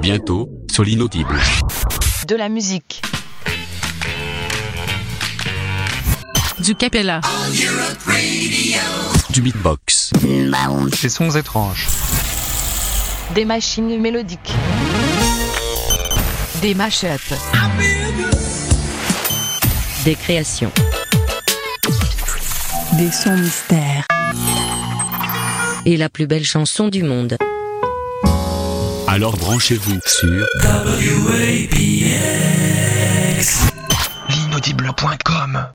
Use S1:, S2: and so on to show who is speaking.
S1: bientôt sur l'inaudible.
S2: de la musique,
S3: du Capella,
S1: Du beatbox.
S4: Ces sons étranges.
S2: des machines mélodiques,
S3: des mash-ups,
S5: Des créations.
S6: Des sons mystères.
S5: Et la plus belle chanson du monde.
S1: Alors branchez-vous sur
S4: L'inaudible.com